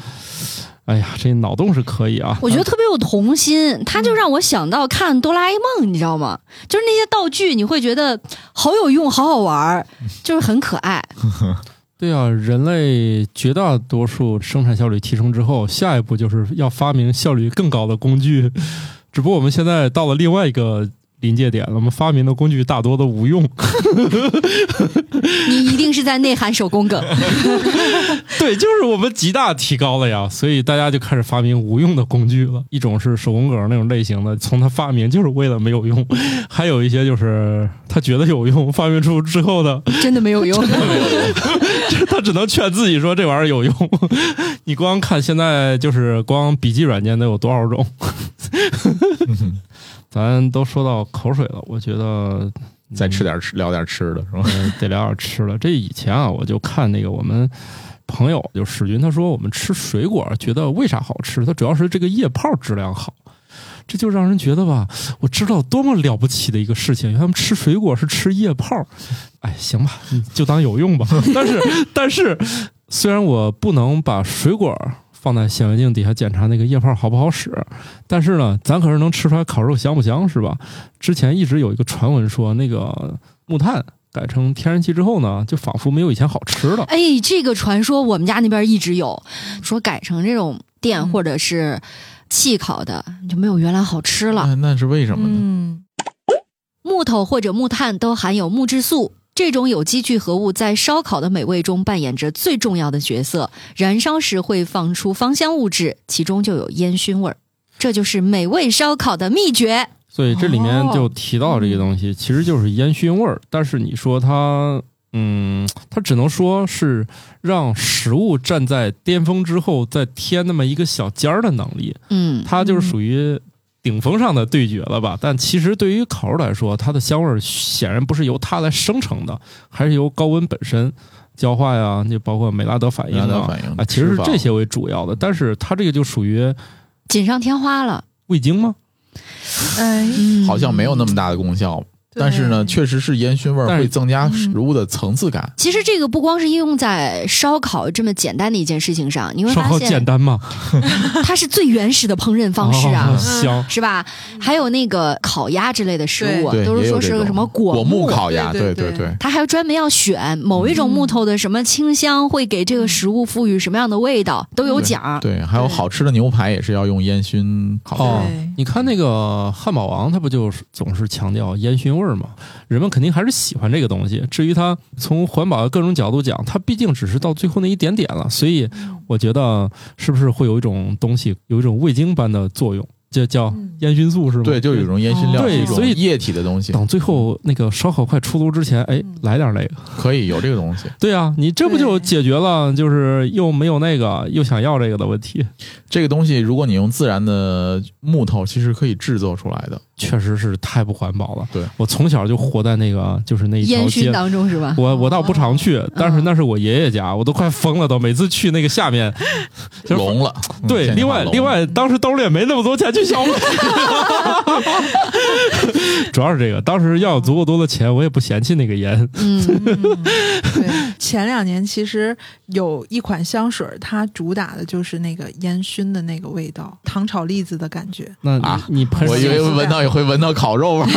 哎呀，这脑洞是可以啊。
我觉得特别有童心，他就让我想到看哆啦 A 梦，你知道吗？就是那些道具，你会觉得好有用，好好玩儿，就是很可爱。
对啊，人类绝大多数生产效率提升之后，下一 步就是要发明效率更高的工具。只不过我们现在到了另外一个临界点了，我们发明的工具大多都无用。
你一定是在内涵手工 梗。
对，就是我们极大提高了呀，所以大家就开始发明无用的工具了。一种是手工梗那种类型的，从它发明就是为了没有用； 还有一些就是他觉得有用，发明出之后呢，
真的没有用。
他只能劝自己说这玩意儿有用。 你光看现在就是光笔记软件得有多少种？
嗯
咱都说到口水了，我觉得
再吃点吃，聊点吃的是吧？
嗯 得聊点吃了。这以前啊，我就看那个我们朋友就史军，他说我们吃水果觉得为啥好吃？它主要是这个叶泡质量好。这就让人觉得吧，我知道多么了不起的一个事情，原来他们吃水果是吃叶泡。哎，行吧，嗯就当有用吧。但是，但是，虽然我不能把水果放在显微镜底下检查那个叶泡好不好使，但是呢，咱可是能吃出来烤肉香不香，是吧？之前一直有一个传闻说，那个木炭改成天然气之后呢，就仿佛没有以前好吃了。
哎，这个传说我们家那边一直有，说改成这种电
嗯
或者是气烤的，就没有原来好吃了。
哎那那是为什么呢？
嗯，
木头或者木炭都含有木质素，这种有机聚合物在烧烤的美味中扮演着最重要的角色。燃烧时会放出芳香物质，其中就有烟熏味儿。这就是美味烧烤的秘诀。
所以这里面就提到这个东西，其实就是烟熏味儿。但是你说它，嗯，它只能说是让食物站在巅峰之后再添那么一个小尖儿的能力，
嗯，
它就是属于顶峰上的对决了吧？但其实对于烤肉来说，它的香味儿显然不是由它来生成的，还是由高温本身焦化呀，就包括美拉德反应
让它
啊，
反应
啊，其实是
吃法
这些为主要的。但是它这个就属于
锦上添花了。
味精吗？
哎，
嗯，
啊好像没有那么大的功效，但是呢，
对
确实是烟熏味
但
儿
是嗯
会增加食物的层次感。
其实这个不光是应用在烧烤这么简单的一件事情上，你会
烧
发
烤简
现
单吗？
它是最原始的烹饪方式啊
哦，香。
是吧？还有那个烤鸭之类的食物啊，
对，
都是
也有
说是
这
个
种
什么
果
木啊
木烤鸭，
对
对
对
对，
它还要专门要选某一种木头的什么清香，会给这个食物赋予什么样的味道，都有
啊
讲。
对，还有
对
好吃的牛排也是要用烟熏烤的。
哦
对，
你看那个汉堡王，他不就是总是强调烟熏味儿吗？人们肯定还是喜欢这个东西。至于它从环保的各种角度讲，它毕竟只是到最后那一点点了，所以
嗯
我觉得是不是会有一种东西，有一种味精般的作用，这叫
嗯
烟熏素是吗？
对，就有一种烟熏料，
哦
是一
对所
种
以
液体的东西，
等最后那个烧烤快出炉之前，
嗯
哎，来点那个。
可以有这个东西。
对啊，你这不就解决了，就是又没有那个又想要这个的问题。
这个东西如果你用自然的木头，其实可以制作出来的。
确实是太不环保了。
对
我从小就活在那个就是那一条
烟
街
熏啊当中是吧？
我我倒不常去，但是那是我爷爷家，我都快疯了都，每次去那个下面，就是
聋了，嗯现
对，
在
另外
聋了
另外，当时兜里也没那么多钱去消费， 主要是这个，当时要有足够多的钱，我也不嫌弃那个烟。
嗯，
对， 前两年其实有一款香水儿，它主打的就是那个烟熏的那个味道，糖炒栗子的感觉。
那你,、
啊
你喷
我以
谁
为闻到也 会闻到烤肉味儿，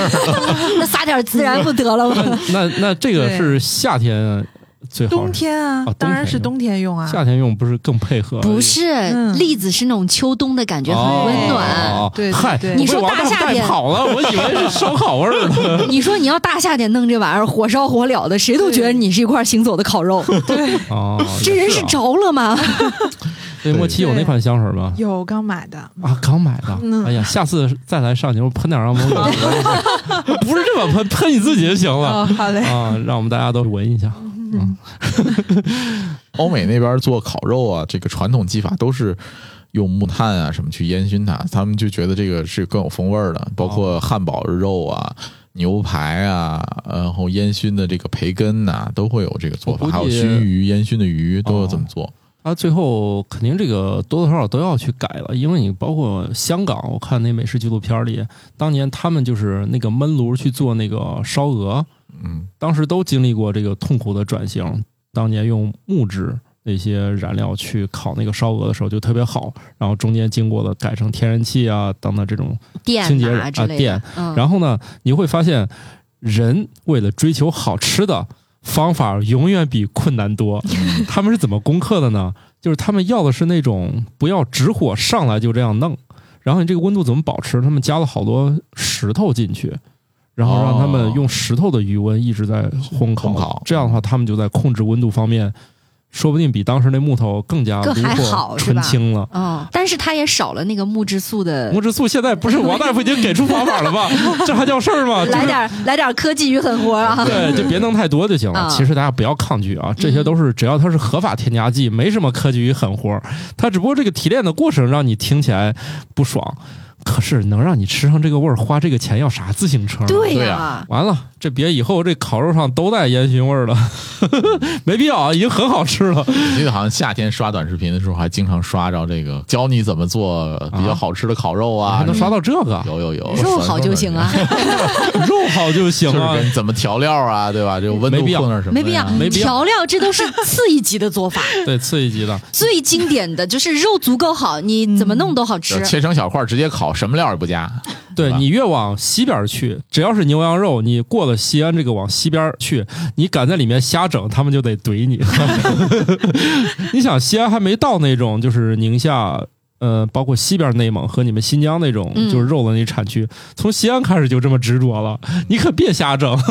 那撒点孜然不得了 吗？
那那这个是夏天最好是，
冬天啊，
哦
当然是
冬
冬天用啊。
夏天用不是更配合？
不是，
嗯
栗子是那种秋冬的感觉，
哦
很温
哦
暖。
哦
对对
嗨，
对
我被
你说
王
大
大
夏
带
天
跑了，我以为是烧烤味 儿呢。
你说你要大夏天弄这玩意儿，火烧火燎的，谁都觉得你是一块行走的烤 肉。
哦，
这人是
啊
着了吗？
对莫奇有那款香水吗？
有刚买的，
啊，刚买的。
嗯
哎呀，下次再来上节目喷点 让我们闻， 不是这么喷，喷你自己就行了
哦，好 嘞，
啊，让我们大家都闻一下。
欧美那边做烤肉啊，这个传统技法都是用木炭啊什么去烟熏它，他们就觉得这个是更有风味儿
哦
的。包括汉堡肉啊、牛排啊，然后烟熏的这个培根呐、都会有这个做法。
我
还
估
有
计
熏鱼、烟熏的鱼都要这么做。
啊，最后肯定这个多多少少都要去改了，因为你包括香港，我看那美食纪录片里，当年他们就是那个焖炉去做那个烧鹅，
嗯，
当时都经历过这个痛苦的转型。当年用木质那些燃料去烤那个烧鹅的时候就特别好，然后中间经过了改成天然气啊等等这种清
电
洁
啊
啊
之类
电
的，嗯
然后呢，你会发现，人为了追求好吃的方法，永远比困难多。 他们是怎么攻克的呢？就是他们要的是那种不要直火上来就这样弄，然后你这个温度怎么保持？他们加了好多石头进去，然后让他们
哦
用石头的余温一直在烘烤，
烘
哦
烤
这样的话，他们就在控制温度方面，说不定比当时那木头更加
更
炉
还
火
好是
纯
吧
青了。
哦，但是它也少了那个木质素的
木质素现在不是王大夫已经给出方法了吗？ 这还叫事儿吗？就是
来点儿来点儿科技与狠活 啊！
对，就别弄太多就行了。
啊嗯
其实大家不要抗拒啊，这些都是只要它是合法添加剂，没什么科技与狠活儿。它只不过这个提炼的过程让你听起来不爽，可是能让你吃上这个味儿，花这个钱要啥自行车？
对
对
呀
啊，
完了，这别以后这烤肉上都带烟熏味儿了， 没必要啊，已经很好吃了。
我记得好像夏天刷短视频的时候，还经常刷着这个教你怎么做比较好吃的烤肉啊，
哦还能刷到这个，
有有有
肉好就行啊，，
肉好就行
就是
啊。
跟怎么调料啊，对吧？这个温度
没必要
控制什么的呀，
没必要。
没必要
调料这都是次一级的 做法，
对，刺激级的，
最经典的就是肉足够好，你怎么弄都好吃
就。嗯呃切成小块儿直接烤，什么料也不加。
对
是吧
你越往西边儿去，只要是牛羊肉，你过了西安这个往西边儿去，你敢在里面瞎整，他们就得怼你。 你想，西安还没到那种就是宁夏，呃，包括西边内蒙和你们新疆那种
嗯
就是肉的那产区，从西安开始就这么执着了， 你可别瞎整。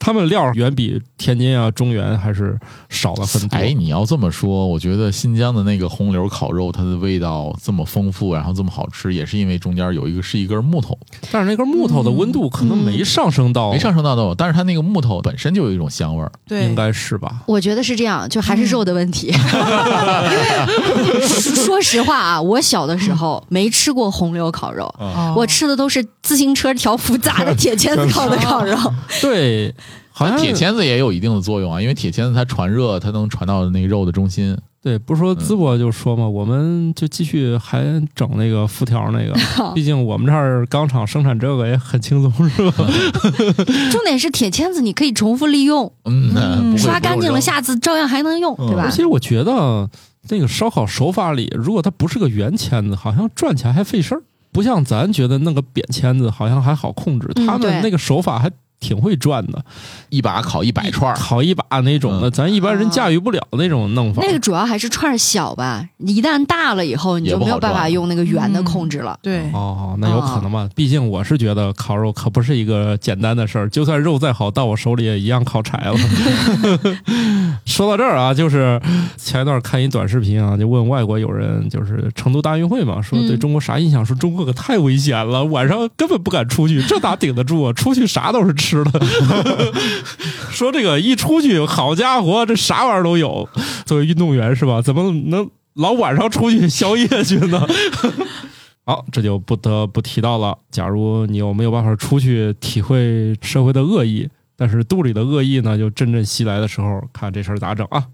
他们料儿远比天津啊、中原还是少了很多。
哎，你要这么说，我觉得新疆的那个红柳烤肉，它的味道这么丰富，然后这么好吃，也是因为中间有一个是一根木头，
但是那根木头的温度可能没上升到，
没上升到豆，但是它那个木头本身就有一种香味儿。
对，
应该是吧？
我觉得是这样，就还是肉的问 题。说实话啊，我小的时候没吃过红柳烤肉，
嗯
哦
我吃的都是自行车条幅砸的铁签子烤的烤肉。
对，好像
铁签子也有一定的作用啊，因为铁签子它传热，它能传到那个肉的中心。
对，不是
嗯
说淄博就说嘛，我们就继续还整那个辐条那 个，毕竟我们这儿钢厂生产这个也很轻松，是吧？
重点是铁签子你可以重复利用，
嗯，不会
刷干净了，。下次照样还能用，
嗯
对吧
而？且我觉得那个烧烤手法里，如果它不是个圆签子，好像转起来还费事儿，不像咱觉得弄个扁签子好像还好控制，
嗯
他们
对
那个手法还。挺会转的，
不会一把烤一百串儿，嗯
烤一把那种的，咱一般人驾驭不了那种弄法。
啊那个主要还是串儿小吧，一旦大了以后，你
也
就
不
没有
好
办法
转
用那个圆的控制了。
对，
哦，那有可能吧？毕竟我是觉得烤肉可不是一个简单的事儿，就算肉再好，到我手里也一样烤柴了。 说到这儿啊，就是前一段看一短视频啊，就问外国友人，就是成都大运会嘛，说对
嗯
中国啥印象？说中国可太危险了，晚上根本不敢出去，这哪顶得住啊？出去啥都是吃的。 说这个一出去，好家伙，这啥玩意儿都有。作为运动员是吧？怎么能老晚上出去宵夜去呢？ 好，这就不得不提到了。假如你有没有办法出去体会社会的恶意，但是肚里的恶意呢，就阵阵袭来的时候，看这事儿咋整啊？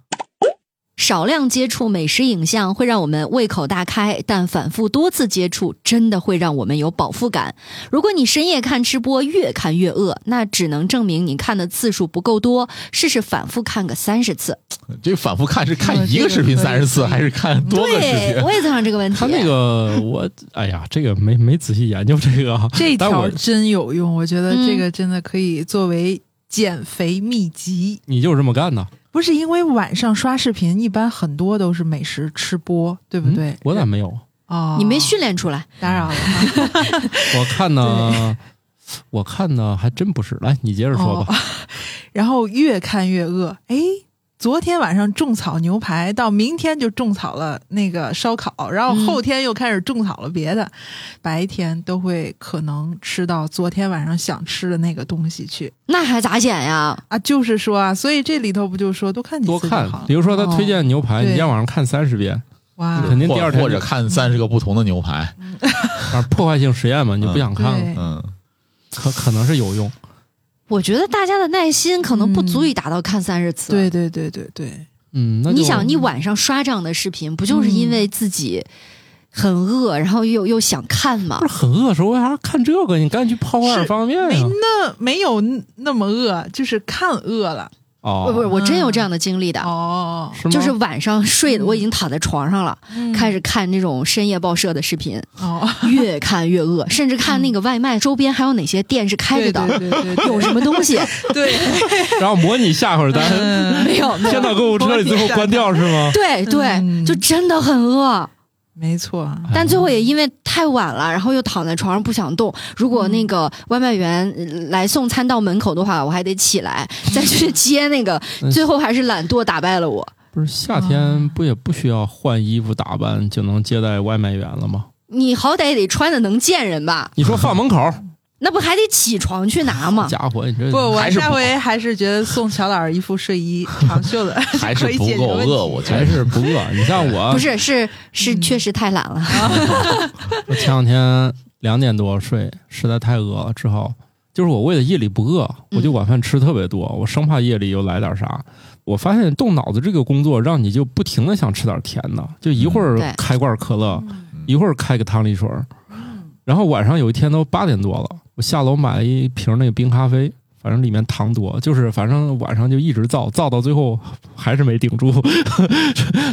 少量接触美食影像会让我们胃口大开，但反复多次接触真的会让我们有饱腹感。如果你深夜看吃播，越看越饿，那只能证明你看的次数不够多。试试反复看个三十次。
这反复看是看一个视频三十次，还是看多个视
对，
频？
我也在想这个 问题。
他那个我，哎呀，这个没没仔细研究这个啊，
这
但
条
我
真有用，我觉得
嗯
这个真的可以作为减肥秘籍。
你就是这么干的，
不是因为晚上刷视频，一般很多都是美食吃播，对不对
嗯？我咋没有？
哦，
你没训练出来，
打扰了啊，
我看呢，我看呢，还真不是。来，你接着说吧。
哦 然后越看越饿。哎，昨天晚上种草牛排，到明天就种草了那个烧烤，然后
嗯
后天又开始种草了别的，白天都会可能吃到昨天晚上想吃的那个东西去
那还咋减呀？
啊。就是说啊，所以这里头不就说多看几
多
次就
看
好，了
比如说他推荐牛排，
哦
你
对
今天晚上看三十遍，
哇，
肯定第二天
或者看三十个不同的牛排，
啊，破坏性实验嘛，你就不想看了，
对
嗯，
可可能是有用。
我觉得大家的耐心可能不足以达到看三十次。
对对对对对，
嗯，那就
你想，你晚上刷这样的视频，不就是因为自己很饿，然后又又想看吗
不？是很饿的时候，为啥看这个？你赶紧去泡碗方啊便
没
呀、
那没有那么饿，就是看饿了
哦，
不不，我真有这样的经历的，
哦。
是吗
就是晚上睡的，我已经躺在床上了，
嗯
开始看那种深夜报社的视频，
哦，
越看越饿，甚至看那个外卖周边还有哪些店是开着的，
嗯对对 对对，
有什么东西
对，
然后模拟下会儿咱
嗯
没有？没有
天到购物车里最后关掉是吗？
对对，
嗯
就真的很饿。
没错啊，
但最后也因为太晚了，然后又躺在床上不想动。如果那
嗯
个外卖员呃来送餐到门口的话，我还得起来 再去接那个。
嗯
最后还是懒惰打败了我。
不是夏天不也不需要换衣服打扮就能接待外卖员了吗？
你好歹也得穿的能见人吧？
你说放门口，
那不还得起床去拿吗？
家伙，你这
不，我
还是
下
不
回还是觉得送乔老师一副睡衣长 袖的
还
可
是
以
不
解决
够
问题
饿，我觉
还
得
是不饿。你像 我，
不是，是是，
嗯
确实太懒了。
我前两天两点多睡，实在太饿了，只好就是我为了夜里不饿，我
嗯
就晚饭吃特别多，我生怕夜里又来点啥。我发现动脑子这个工作，让你就不停的想吃点甜的，就一会儿
嗯对
开罐可乐，
嗯
一会儿开个汤力水儿。
嗯
然后晚上有一天都八点多了，我下楼买了一瓶那个冰咖啡，反正里面糖多，就是反正晚上就一直造，造到最后还是没顶住，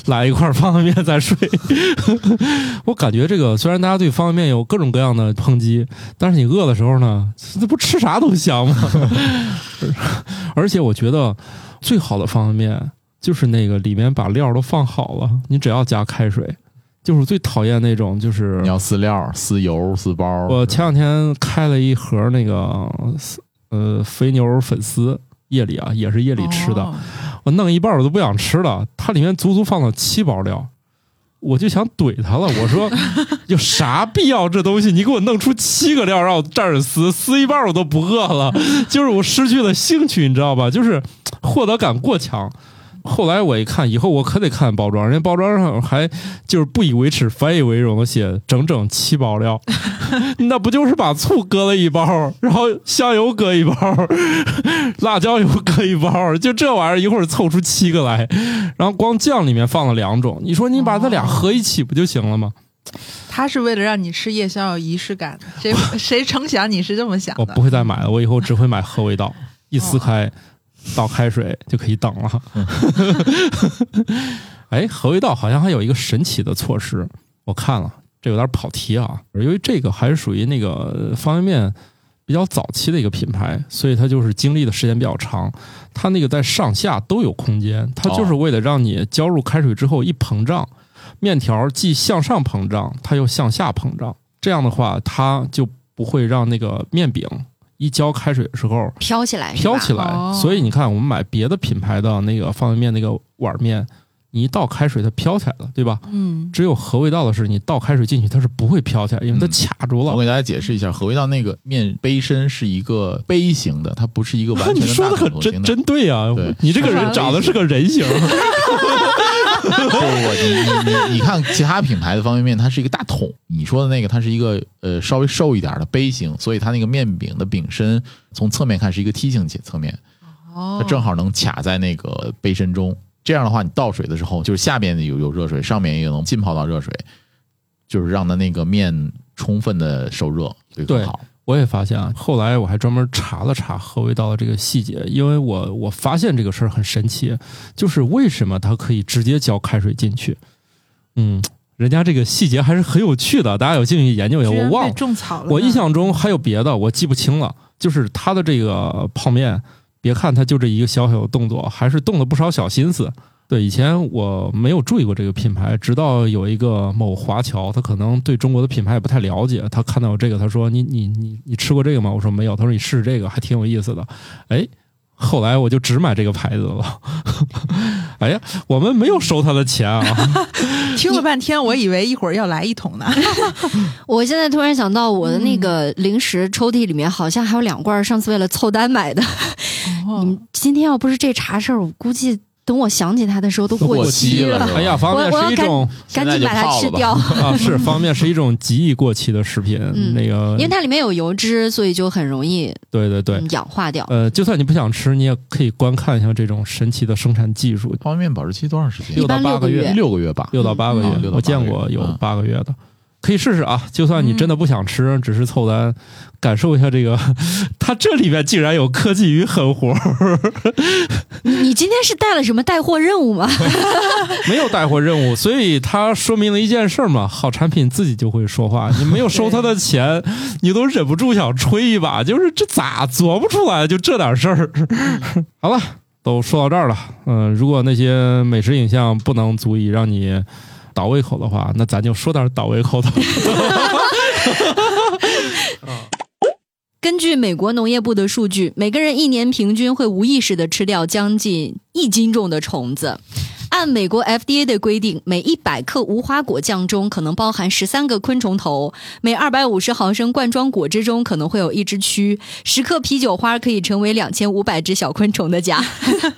来一块方便面再睡。我感觉这个虽然大家对方便面有各种各样的抨击，但是你饿的时候呢， 这不吃啥都香吗？ 而且我觉得最好的方便面就是那个里面把料都放好了，你只要加开水。就是我最讨厌那种，就是
你要撕料、撕油、撕包。
嗯我前两天开了一盒那个呃肥牛粉丝，夜里啊也是夜里吃的，
哦
我弄一半我都不想吃了，它里面足足放了七包料。我就想怼他了，我说有啥必要这东西？你给我弄出七个料让我蘸着撕，撕一半我都不饿了，就是我失去了兴趣，你知道吧？就是获得感过强。后来我一看，以后我可得看包装，人家包装上还就是不以为耻反以为荣的写整整七包料， 那不就是把醋搁了一包，然后香油搁一包，辣椒油搁一包，就这玩意儿一会儿凑出七个来，然后光酱里面放了两种，你说你把它俩合一起不就行了吗？
他是为了让你吃夜宵有仪式感的，谁谁成想你是这么想
我
的？
哦不会再买了，我以后只会买合味道，一撕开倒开水就可以等了。哎，合味道好像还有一个神奇的措施，我看了，这有点跑题啊。由于这个还是属于那个方便面比较早期的一个品牌，所以它就是经历的时间比较长。它那个在上下都有空间，它就是为了让你浇入开水之后一膨胀，面条既向上膨胀，它又向下膨胀。这样的话，它就不会让那个面饼一浇开水的时候
飘起来，是吧
飘起来。
哦
所以你看，我们买别的品牌的那个方便面那个碗面，你一倒开水它飘起来了，对吧？
嗯，
只有合味道的是，你倒开水进去它是不会飘起来，因为它
嗯
卡住了。
我给大家解释一下，何味道那个面杯身是一个杯形的，它不是 一个完
你
全的
说
大
的
桶
很
头
真
形
真对啊
对！
你这个人长得是个人形，
不不不，你你你 你看其他品牌的方便面，它是一个大桶，你说的那个它是一个呃稍微瘦一点的杯形，所以它那个面饼的饼身从侧面看是一个梯形且侧面，
哦
它，正好能卡在那个杯身中。这样的话，你倒水的时候，就是下边有有热水，上面也能浸泡到热水，就是让它那个面充分的受热，所以
对
更好。
我也发现啊，后来我还专门查了查合味道的这个细节，因为我我发现这个事儿很神奇，就是为什么它可以直接浇开水进去？嗯，人家这个细节还是很有趣的，大家有兴趣研究一下。
居然
我
被
忘了，
种草了呢，
我印象中还有别的，我记不清了。就是它的这个泡面，别看它就这一个小小的动作，还是动了不少小心思。对，以前我没有注意过这个品牌，直到有一个某华侨，他可能对中国的品牌也不太了解，他看到我这个，他说：“你你你你吃过这个吗？”我说：“没有。”他说：“你试试这个，还挺有意思的。”哎，后来我就只买这个牌子了。 哎呀，我们没有收他的钱啊！
听了半天，我以为一会儿要来一桶呢。
我现在突然想到，我的那个零食抽屉里面好像还有两罐儿上次为了凑单买的。
哦
你们今天要不是这茬事儿，我估计等我想起它的时候都
都
过
过
期
期
了。
了是吧
哎呀，方便
我我要
是一
赶
种
赶紧把它吃掉，
啊，是方便是一种极易过期的食品，
嗯
那个
因为它里面有油脂，所以就很容易
对对对
嗯，氧化掉。
呃，就算你不想吃，你也可以观看一下这种神奇的生产技
嗯
术，
方便面保质期多长时间？
六
一
到
般
八
六个
月
月，
六个月吧。
六到八个
嗯
月
嗯，
我见过有
嗯
八个月的。可以试试啊！就算你
嗯
真的不想吃，只是凑单，感受一下这个， 它这里面竟然有科技与狠活儿，
你你今天是带了什么带货任务吗？
没有带货任务，所以它说明了一件事儿嘛：好产品自己就会说话。你没有收它的钱， 你都忍不住想吹一把，就是这咋琢磨出来就这点事儿？ 好了，都说到这儿了。嗯、如果那些美食影像不能足以让你倒胃口的话，那咱就说点倒胃口的。
根据美国农业部的数据，每个人一年平均会无意识的吃掉将近一斤重的虫子。按美国 FDA 的规定，每一百克无花果酱中可能包含十三个昆虫头，每二百五十毫升罐装果汁中可能会有一只蛆，十克啤酒花可以成为两千五百只小昆虫的家。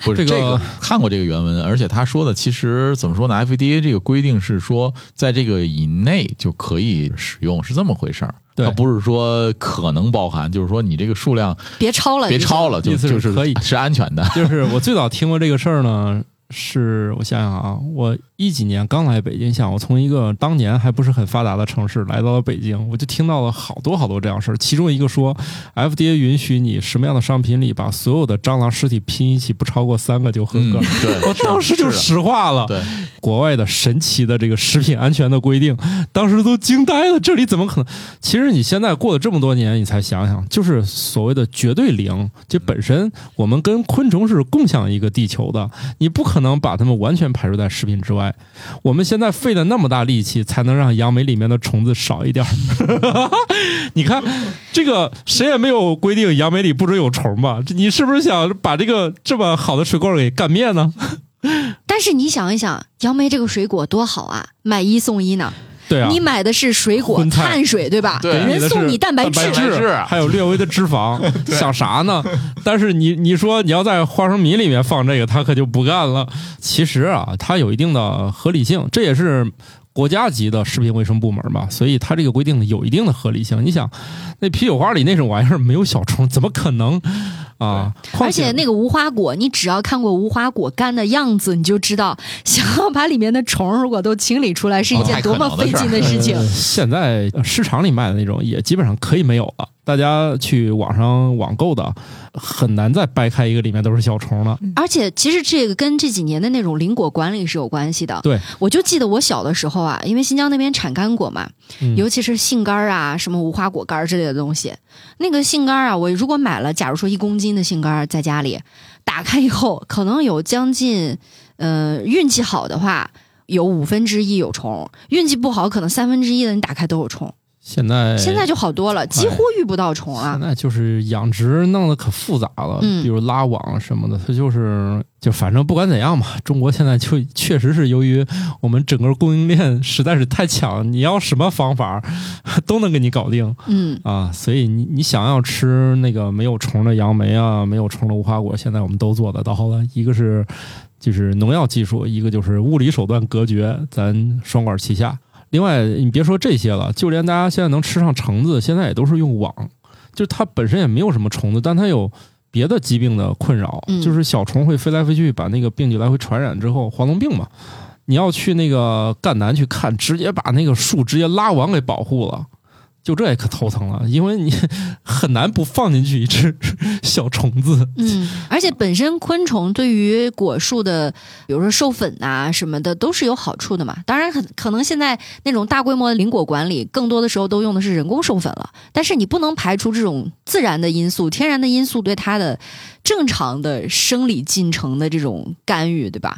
不是
这个
看过这个原文，而且他说的其实怎么说呢？FDA 这个规定是说，在这个以内就可以使用，是这么回事儿。
对
它不是说可能包含，就是说你这个数量
别超了，
别超了，就
意思是
就是
可以
是安全 的。
就是我最早听过这个事儿呢，是我想想啊，我一几年刚来北京，像我从一个当年还不是很发达的城市来到了北京，我就听到了好多好多这样的事儿。其中一个说，FDA 允许你什么样的商品里把所有的蟑螂尸体拼一起不超过三个就合
嗯
格。
对，
嗯我当时就是
的
石化 了，
啊对，
国外的神奇的这个食品安全的规定，当时都惊呆了。这里怎么可能？其实你现在过了这么多年，你才想想，就是所谓的绝对零，这本身我们跟昆虫是共享一个地球的，你不可能把它们完全排除在食品之外。我们现在费了那么大力气，才能让杨梅里面的虫子少一点 儿。你看，这个谁也没有规定杨梅里不准有虫吧？这你是不是想把这个这么好的水果给干灭呢？
但是你想一想，杨梅这个水果多好啊，买一送一呢。
对啊，
你买的是水果、
荤菜
碳水，对吧？
对
给你
人
的
送
是
你蛋白
白
质，
质
还有略微的脂 肪，想啥呢？但是你你说你要在花生米里面放这个，他可就不干了。其实啊，它有一定的合理性，这也是国家级的食品卫生部门嘛，所以它这个规定有一定的合理性。你想，那啤酒花里那种玩意儿没有小虫，怎么可能啊？
而且那
个
个无花果，你只要看过无花果干的样子，你就知道想要把里面的虫如果都清理出来，是一件多么费劲的事
嗯
情。
现在呃市场里卖的那种也基本上可以没有了。大家去网上网购的，很难再掰开一个里面都是小虫了。
而且其实这个跟这几年的那种林果管理是有关系的。
对，
我就记得我小的时候啊，因为新疆那边产干果嘛，
嗯
尤其是杏干儿啊、什么无花果干儿之类的东西。那个杏干儿啊，我如果买了，假如说一公斤的杏干儿在家里，打开以后，可能有将近，呃，运气好的话。有五分之一有虫，运气不好，可能三分之一的你打开都有虫。
现在
现在就好多了，几乎遇不到虫啊
现
了。
在哎就是养殖弄得可复杂了，
嗯
比如拉网什么的，它就是就反正不管怎样吧，中国现在就确实是由于我们整个供应链实在是太强，你要什么方法 都能给你搞定
嗯，
啊，所以你你想要吃那个没有虫的杨梅啊，没有虫的无花果，现在我们都做得到了，一个是就是农药技术，一个就是物理手段隔绝，咱双管齐下。另外，你别说这些了，就连大家现在能吃上橙子，现在也都是用网，就是它本身也没有什么虫子，但它有别的疾病的困扰，
嗯
就是小虫会飞来飞去，把那个病菌来回传染之后，黄龙病嘛。你要去那个赣南去看，直接把那个树直接拉网给保护了。就这也可头疼了，因为你 很难不放进去一只 小虫子。
嗯，而且本身昆虫对于果树的，比如说授粉啊什么的，都是有好处的嘛。当然很，可能现在那种大规模的林果管理，更多的时候都用的是人工授粉了。但是你不能排除这种自然的因素、天然的因素对它的正常的生理进程的这种干预，对吧？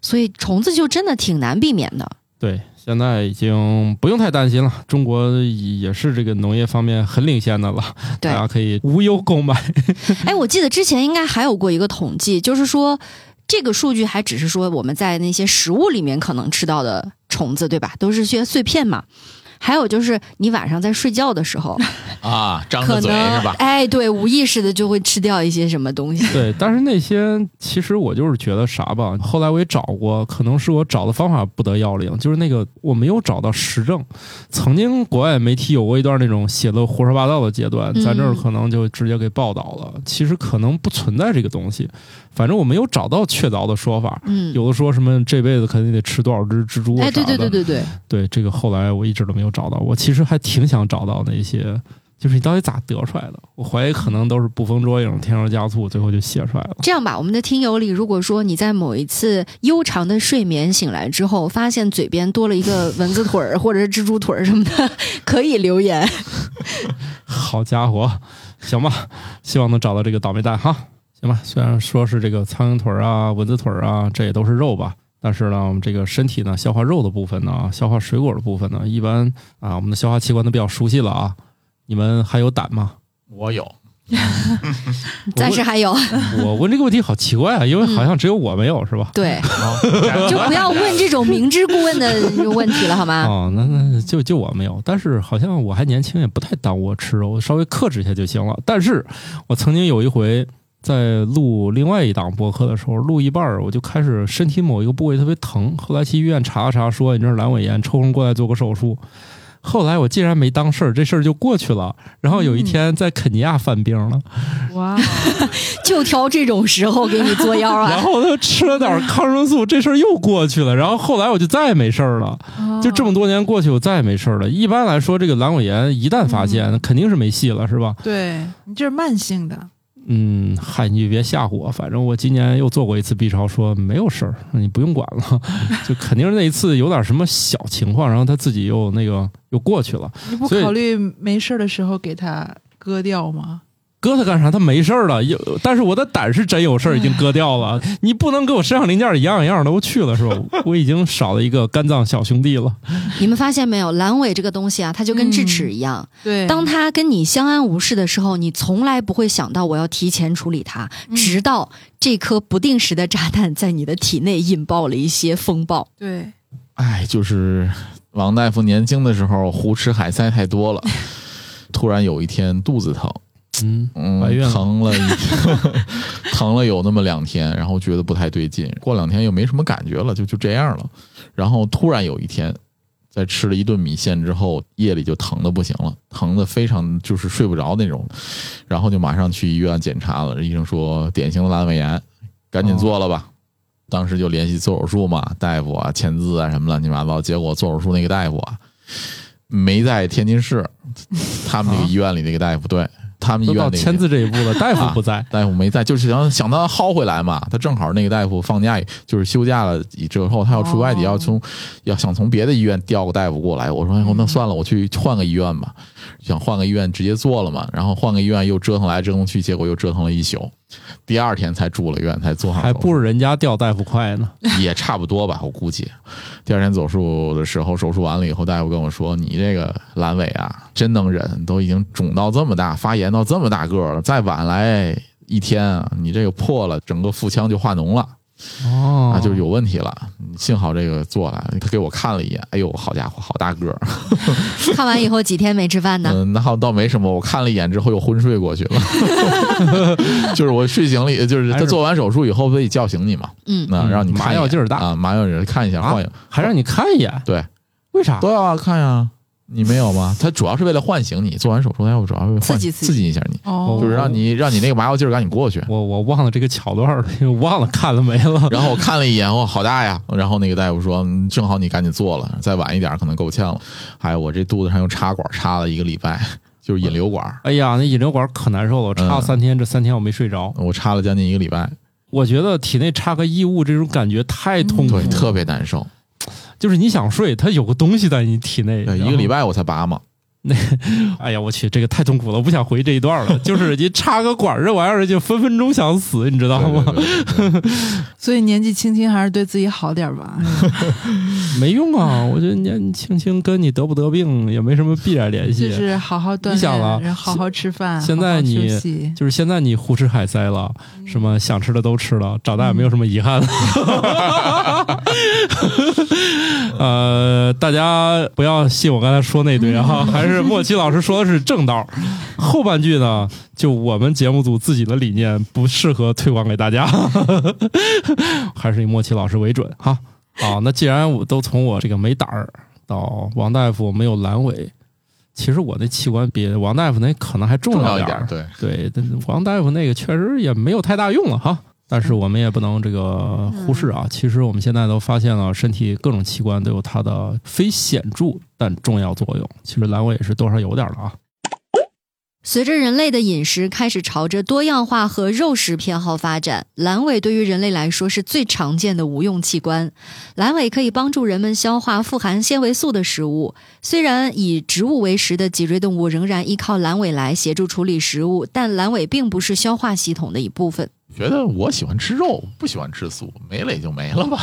所以虫子就真的挺难避免的。
对，现在已经不用太担心了，中国也是这个农业方面很领先的了，
对
大家可以无忧购买。
哎，我记得之前应该还有过一个统计，就是说这个数据还只是说我们在那些食物里面可能吃到的虫子，对吧？都是些碎片嘛。还有就是你晚上在睡觉的时候，
啊，张着
可
嘴
能
是吧？
哎，对，无意识的就会吃掉一些什么东西。
对，但是那些其实我就是觉得啥吧，后来我也找过，可能是我找的方法不得要领，就是那个我没有找到实证。曾经国外媒体有过一段那种写的胡说八道的阶段，
嗯
咱这儿可能就直接给报道了。其实可能不存在这个东西，反正我没有找到确凿的说法。
嗯，
有的说什么这辈子肯定得吃多少只蜘蛛啊
哎，对
啥
对
的
对对 对，
对，这个后来我一直都没有找到。我其实还挺想找到那些，就是你到底咋得出来的？我怀疑可能都是捕风捉影、添油加醋，最后就写出来了。
这样吧，我们的听友里，如果说你在某一次悠长的睡眠醒来之后，发现嘴边多了一个蚊子腿儿或者是蜘蛛腿儿什么的， 可以留言。
好家伙，行吧，希望能找到这个倒霉蛋哈。行吧，虽然说是这个苍蝇腿儿啊、蚊子腿儿啊，这也都是肉吧，但是呢，我们这个身体呢，消化肉的部分呢，消化水果的部分呢，一般啊，我们的消化器官都比较熟悉了啊。你们还有胆吗？
我有，
暂时还有，
我问这个问题好奇怪啊，因为好像只有我没有，是吧？
对，
啊
就不要问这种明知故问的问题了，好吗？
哦，那那就就我没有，但是好像我还年轻，也不太耽误我吃肉，稍微克制一下就行了。但是我曾经有一回在录另外一档播客的时候，录一半儿我就开始身体某一个部位特别疼，后来去医院查了查，说你这是阑尾炎，抽空过来做个手术。后来我竟然没当事儿，这事儿就过去了。然后有一天在肯尼亚犯病了，
哇，
就挑这种时候给你作妖
然
啊！
后他吃了点儿抗生素，这事儿又过去了。然后后来我就再也没事儿了。
哦嗯
就这么多年过去，我再也没事儿了。一般来说，这个阑尾炎一旦发现，那肯定是没戏了，是吧？
对你这是慢性的，
嗯，嗨，你就别吓唬我。反正我今年又做过一次 B 超，说没有事儿，你不用管了。就肯定是那一次有点什么小情况，然后他自己又那个又过去了。
你不
所以
考虑没事儿的时候给它割掉吗？
割它干啥？他没事儿了。有，但是我的胆是真有事儿，已经割掉了。你不能跟我身上零件一样一样的都去了，是吧？我已经少了一个肝脏小兄弟了。
你们发现没有，阑尾这个东西啊，它就跟智齿一样，
嗯对，
当它跟你相安无事的时候，你从来不会想到我要提前处理它，
嗯
直到这颗不定时的炸弹在你的体内引爆了一些风暴。
对
哎，就是王大夫年轻的时候胡吃海塞太多了，突然有一天肚子疼，
嗯，
嗯
怀孕，了
疼了一， 疼了有那么两天，然后觉得不太对劲，过两天又没什么感觉了，就就这样了。然后突然有一天，在吃了一顿米线之后，夜里就疼的不行了，疼的非常就是睡不着那种，然后就马上去医院检查了，医生说典型的阑尾炎，赶紧做了吧。当时就联系做手术嘛，大夫啊、签字啊什么乱七八糟。结果做手术那个大夫啊，没在天津市，他们那个医院里那个大夫，对他们医
啊都
院那
到
个
签字这一步了，大夫
啊
不在。
大夫没在，就是想想他薅回来嘛。他正好那个大夫放假，就是休假了之后，他要出外地，
哦
要从要想从别的医院调个大夫过来。我说，哎呦，那算了，我去换个医院吧。想换个医院直接做了嘛，然后换个医院又折腾来折腾去，结果又折腾了一宿。第二天才住了院，才做好手术，
还不如人家调大夫快呢。
也差不多吧，我估计。第二天手术的时候，手术完了以后，大夫跟我说：“你这个阑尾啊，真能忍，都已经肿到这么大，发炎到这么大个儿了，再晚来一天啊，你这个破了，整个腹腔就化脓了，
哦
啊，就有问题了。幸好这个做了，他给我看了一眼，哎呦，好家伙，好大个儿。
看完以后几天没吃饭呢？
嗯， 那倒没什么，我看了一眼之后又昏睡过去 了，就是我睡醒了以，就是
还
他
是
做完手术以后不得叫醒你嘛，
嗯，
那
嗯
让你
麻
看一
药
眼
劲儿大
啊，麻药劲儿看一下，
啊
换一
还让你看一眼，
对。”
为啥？
都要啊，看呀、你没有吗？他主要是为了唤醒你，做完手术他要主要是为了唤
刺激
刺激一下你，
哦，
就是让你让你那个麻药劲儿赶紧 过去。
我我忘了这个桥段了，因为我忘了看了没了。
然后我看了一眼，哇，好大呀！然后那个大夫说，嗯正好你赶紧做了，再晚一点可能够呛了。哎，我这肚子上用插管插了一个礼拜， 就是引流管，
哎呀，那引流管可难受了，我插
嗯
了三天，这三天我没睡着。
我插了将近一个礼拜，
我觉得体内插个异物这种感觉太痛苦
对，
了，
特别难受。
就是你想睡，它有个东西在你体内。
对，
然
一
后
个礼。拜我才拔嘛。
哎呀，我去，这个太痛苦了，我不想回这一段 了。就是你插个管儿这玩意儿，就分分钟想死，你知道
对
吗？
对对对对
所以年纪轻轻还是对自己好点儿吧。
哎没用啊，我觉得年轻轻跟你得不得病也没什么必然联系。
就是好好锻
你想啊
炼，然后好好吃饭，
现在
好好休
你
息
就是现在你胡吃海塞了，什么想吃的都吃了，长大也没有什么遗憾。 呃，大家不要信我刚才说那堆啊，还是莫奇老师说的是正道。后半句呢，就我们节目组自己的理念不适合推广给大家， 还是以莫奇老师为准哈。好，那既然我都从我这个没胆儿到王大夫没有阑尾，其实我那器官比王大夫那可能还重
重要
要
一
点
点
儿，。
对，
对，但是王大夫那个确实也没有太大用了哈。但是我们也不能这个忽视啊。其实我们现在都发现了，身体各种器官都有它的非显著但重要作用。其实阑尾也是多少有点儿了啊。
随着人类的饮食开始朝着多样化和肉食偏好发展，阑尾对于人类来说是最常见的无用器官。阑尾可以帮助人们消化富含纤维素的食物。虽然以植物为食的脊椎动物仍然依靠阑尾来协助处理食物，但阑尾并不是消化系统的一部分。
觉得我喜欢吃肉，不喜欢吃素，没了也就没了吧。